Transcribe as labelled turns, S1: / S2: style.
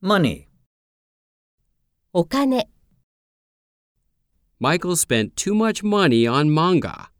S1: Money.
S2: お金
S3: Michael spent too much money on manga.